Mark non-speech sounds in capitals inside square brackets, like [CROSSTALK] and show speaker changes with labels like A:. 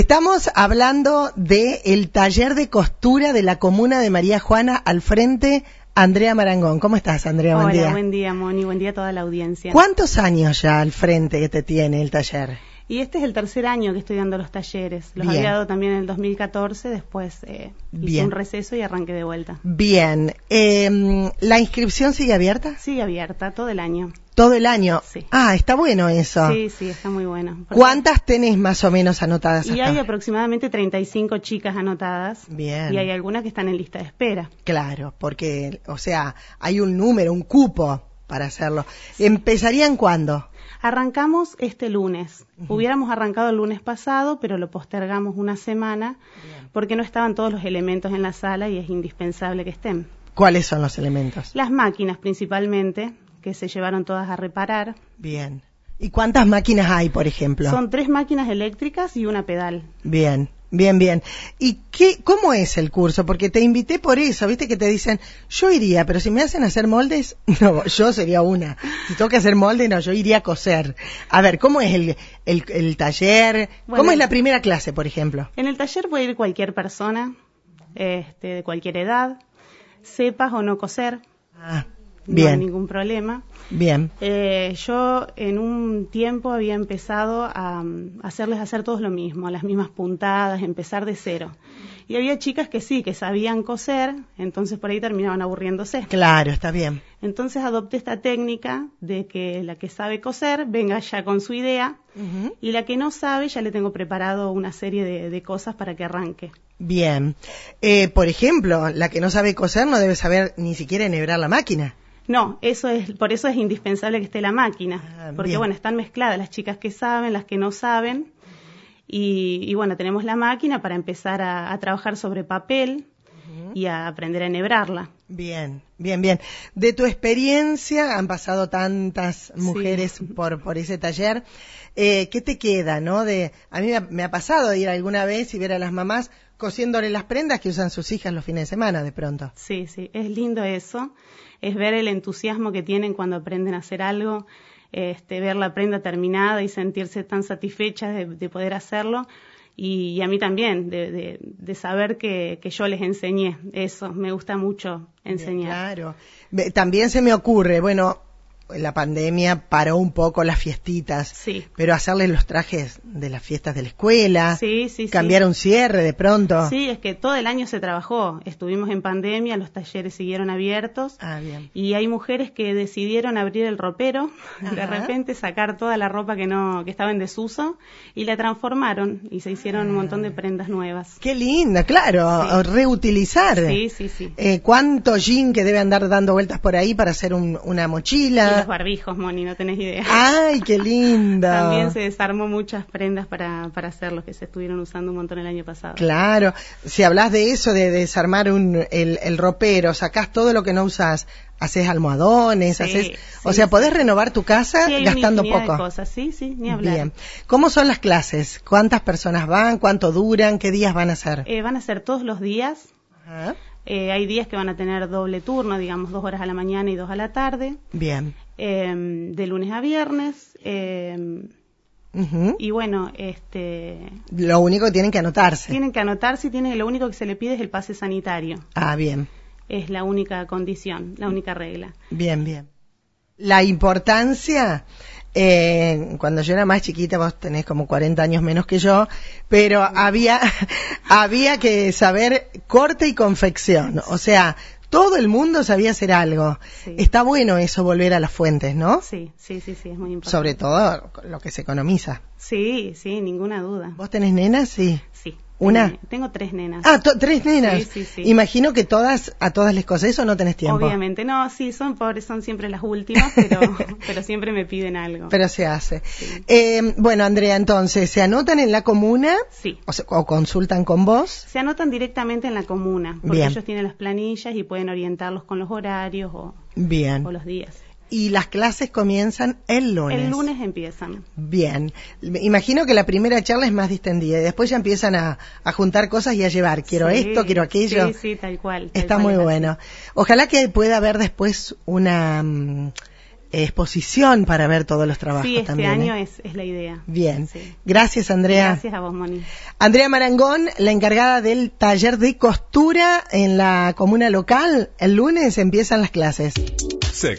A: Estamos hablando de el taller de costura de la comuna de María Juana al frente Andrea Marangón. ¿Cómo estás, Andrea?
B: Hola,
A: buen día.
B: buen día, Moni. Buen día a toda la audiencia.
A: ¿Cuántos años ya al frente que te tiene el taller?
B: Y este es el tercer año que estoy dando los talleres. Los
A: Bien.
B: había dado también en el 2014, después eh, hice
A: Bien.
B: un receso y arranqué de vuelta.
A: Bien. Eh, ¿La inscripción sigue abierta?
B: Sigue abierta todo el año.
A: Todo el año.
B: Sí.
A: Ah, está bueno eso.
B: Sí, sí, está muy bueno. Porque-
A: ¿Cuántas tenés más o menos anotadas
B: Y
A: hasta
B: hay
A: ahora?
B: aproximadamente 35 chicas anotadas.
A: Bien.
B: Y hay algunas que están en lista de espera.
A: Claro, porque, o sea, hay un número, un cupo para hacerlo. ¿Empezarían cuándo?
B: Arrancamos este lunes. Hubiéramos arrancado el lunes pasado, pero lo postergamos una semana porque no estaban todos los elementos en la sala y es indispensable que estén.
A: ¿Cuáles son los elementos?
B: Las máquinas principalmente, que se llevaron todas a reparar.
A: Bien. ¿Y cuántas máquinas hay, por ejemplo?
B: Son tres máquinas eléctricas y una pedal.
A: Bien, bien, bien. ¿Y qué, cómo es el curso? Porque te invité por eso, viste que te dicen, yo iría, pero si me hacen hacer moldes, [LAUGHS] no, yo sería una. Si tengo que hacer moldes, no, yo iría a coser. A ver, ¿cómo es el, el, el taller? ¿Cómo
B: Bueno.
A: es la primera clase, por ejemplo?
B: En el taller puede ir cualquier persona, este, de cualquier edad, sepas o no coser,
A: Ah,
B: no hay
A: bien,
B: ningún problema.
A: bien.
B: Eh, yo en un tiempo había empezado a mm, hacerles hacer todos lo mismo, las mismas puntadas, empezar de cero. Y había chicas que sí, que sabían coser, entonces por ahí terminaban aburriéndose.
A: Claro, está bien.
B: Entonces adopté esta técnica de que la que sabe coser venga ya con su idea
A: Ujú.
B: y la que no sabe ya le tengo preparado una serie de, de cosas para que arranque.
A: Bien. Eh, por ejemplo, la que no sabe coser no debe saber ni siquiera enhebrar la máquina.
B: No, eso es, por eso es indispensable que esté la máquina,
A: Ah,
B: porque
A: bien.
B: bueno, están mezcladas las chicas que saben, las que no saben, y, y, bueno, tenemos la máquina para empezar a, a trabajar sobre papel y a aprender a enhebrarla.
A: Bien, bien, bien. De tu experiencia, han pasado tantas mujeres por, por ese taller, eh, ¿qué te queda, no? De, a mí me ha, me ha pasado de ir alguna vez y ver a las mamás cosiéndole las prendas que usan sus hijas los fines de semana, de pronto.
B: Sí, sí, es lindo eso, es ver el entusiasmo que tienen cuando aprenden a hacer algo, este, ver la prenda terminada y sentirse tan satisfechas de, de poder hacerlo. Y, y a mí también, de, de- de saber que, que yo les enseñé eso, me gusta mucho enseñar.
A: Claro. Ve- También se me ocurre, bueno, la pandemia paró un poco las fiestitas,
B: Sí.
A: pero hacerles los trajes de las fiestas de la escuela,
B: Sí, sí, sí.
A: cambiar un cierre de pronto.
B: Sí, es que todo el año se trabajó. Estuvimos en pandemia, los talleres siguieron abiertos.
A: Ah, bien.
B: Y hay mujeres que decidieron abrir el ropero, de
A: Ajá.
B: repente sacar toda la ropa que no que estaba en desuso y la transformaron y se hicieron un montón
A: Ah.
B: de prendas nuevas.
A: Qué linda, claro, reutilizar.
B: Sí, sí, sí.
A: Eh, ¿Cuánto jean que debe andar dando vueltas por ahí para hacer un- una
B: Y los
A: mochila?
B: barbijos, Moni, no tenés idea.
A: ¡Ay, qué linda!
B: También se desarmó muchas prendas para, para hacer los que se estuvieron usando un montón el año pasado.
A: Claro, si hablas de eso, de desarmar un, el, el ropero, sacás todo lo que no usás, haces almohadones,
B: Sí,
A: haces... o
B: sí,
A: sea,
B: sí.
A: podés renovar tu casa
B: Sí, hay una
A: gastando
B: infinidad
A: poco.
B: De cosas. Sí, sí, ni hablar.
A: Bien. ¿Cómo son las clases? ¿Cuántas personas van? ¿Cuánto duran? ¿Qué días van a ser?
B: Eh, van a ser todos los días,
A: Ajá.
B: Eh, hay días que van a tener doble turno, digamos, dos horas a la mañana y dos a la tarde,
A: Bien.
B: eh, de lunes a viernes. eh,
A: Ujú.
B: y bueno, este,
A: Lo único que tienen que anotarse.
B: tienen que anotarse y tienen, lo único que se le pide es el pase sanitario.
A: Ah, bien.
B: Es la única condición,
A: Mm.
B: la única regla.
A: Bien, bien. La importancia, eh, cuando yo era más chiquita, vos tenés como 40 años menos que yo, pero había, [LAUGHS] había que saber corte y confección. O sea, todo el mundo sabía hacer algo.
B: Sí.
A: Está bueno eso, volver a las fuentes, ¿no?
B: Sí, sí, sí, sí, es muy importante.
A: Sobre todo lo que se economiza.
B: Sí, sí, ninguna duda.
A: ¿Vos tenés nenas? Sí.
B: Sí.
A: ¿Una?
B: Tengo, tengo tres nenas.
A: Ah, to- tres nenas.
B: Sí, sí, sí.
A: Imagino que todas, a todas les cosés o no tenés tiempo.
B: Obviamente, no, sí, son pobres, son siempre las últimas,
A: [LAUGHS]
B: pero, pero siempre me piden algo.
A: Pero se hace. Eh, bueno, Andrea, entonces, ¿se anotan en la comuna?
B: sí.
A: O, se- o consultan con vos.
B: Se anotan directamente en la comuna, porque
A: Bien.
B: ellos tienen las planillas y pueden orientarlos con los horarios o, o
A: Bien.
B: los días.
A: Y las clases comienzan el lunes.
B: El lunes empiezan.
A: Bien. Me Imagino que la primera charla es más distendida y después ya empiezan a, a juntar cosas y a llevar. Quiero
B: Sí,
A: esto, quiero aquello.
B: Sí, sí, tal cual. tal
A: Está
B: cual
A: muy
B: es así.
A: bueno. Ojalá que pueda haber después una mm, exposición para ver todos los trabajos
B: sí, este
A: también.
B: año
A: ¿eh?
B: es, es la idea.
A: Bien.
B: Sí.
A: Gracias, Andrea.
B: Gracias a vos, Moni.
A: Andrea Marangón, la encargada del taller de costura en la comuna local. El lunes empiezan las clases.
C: Sec.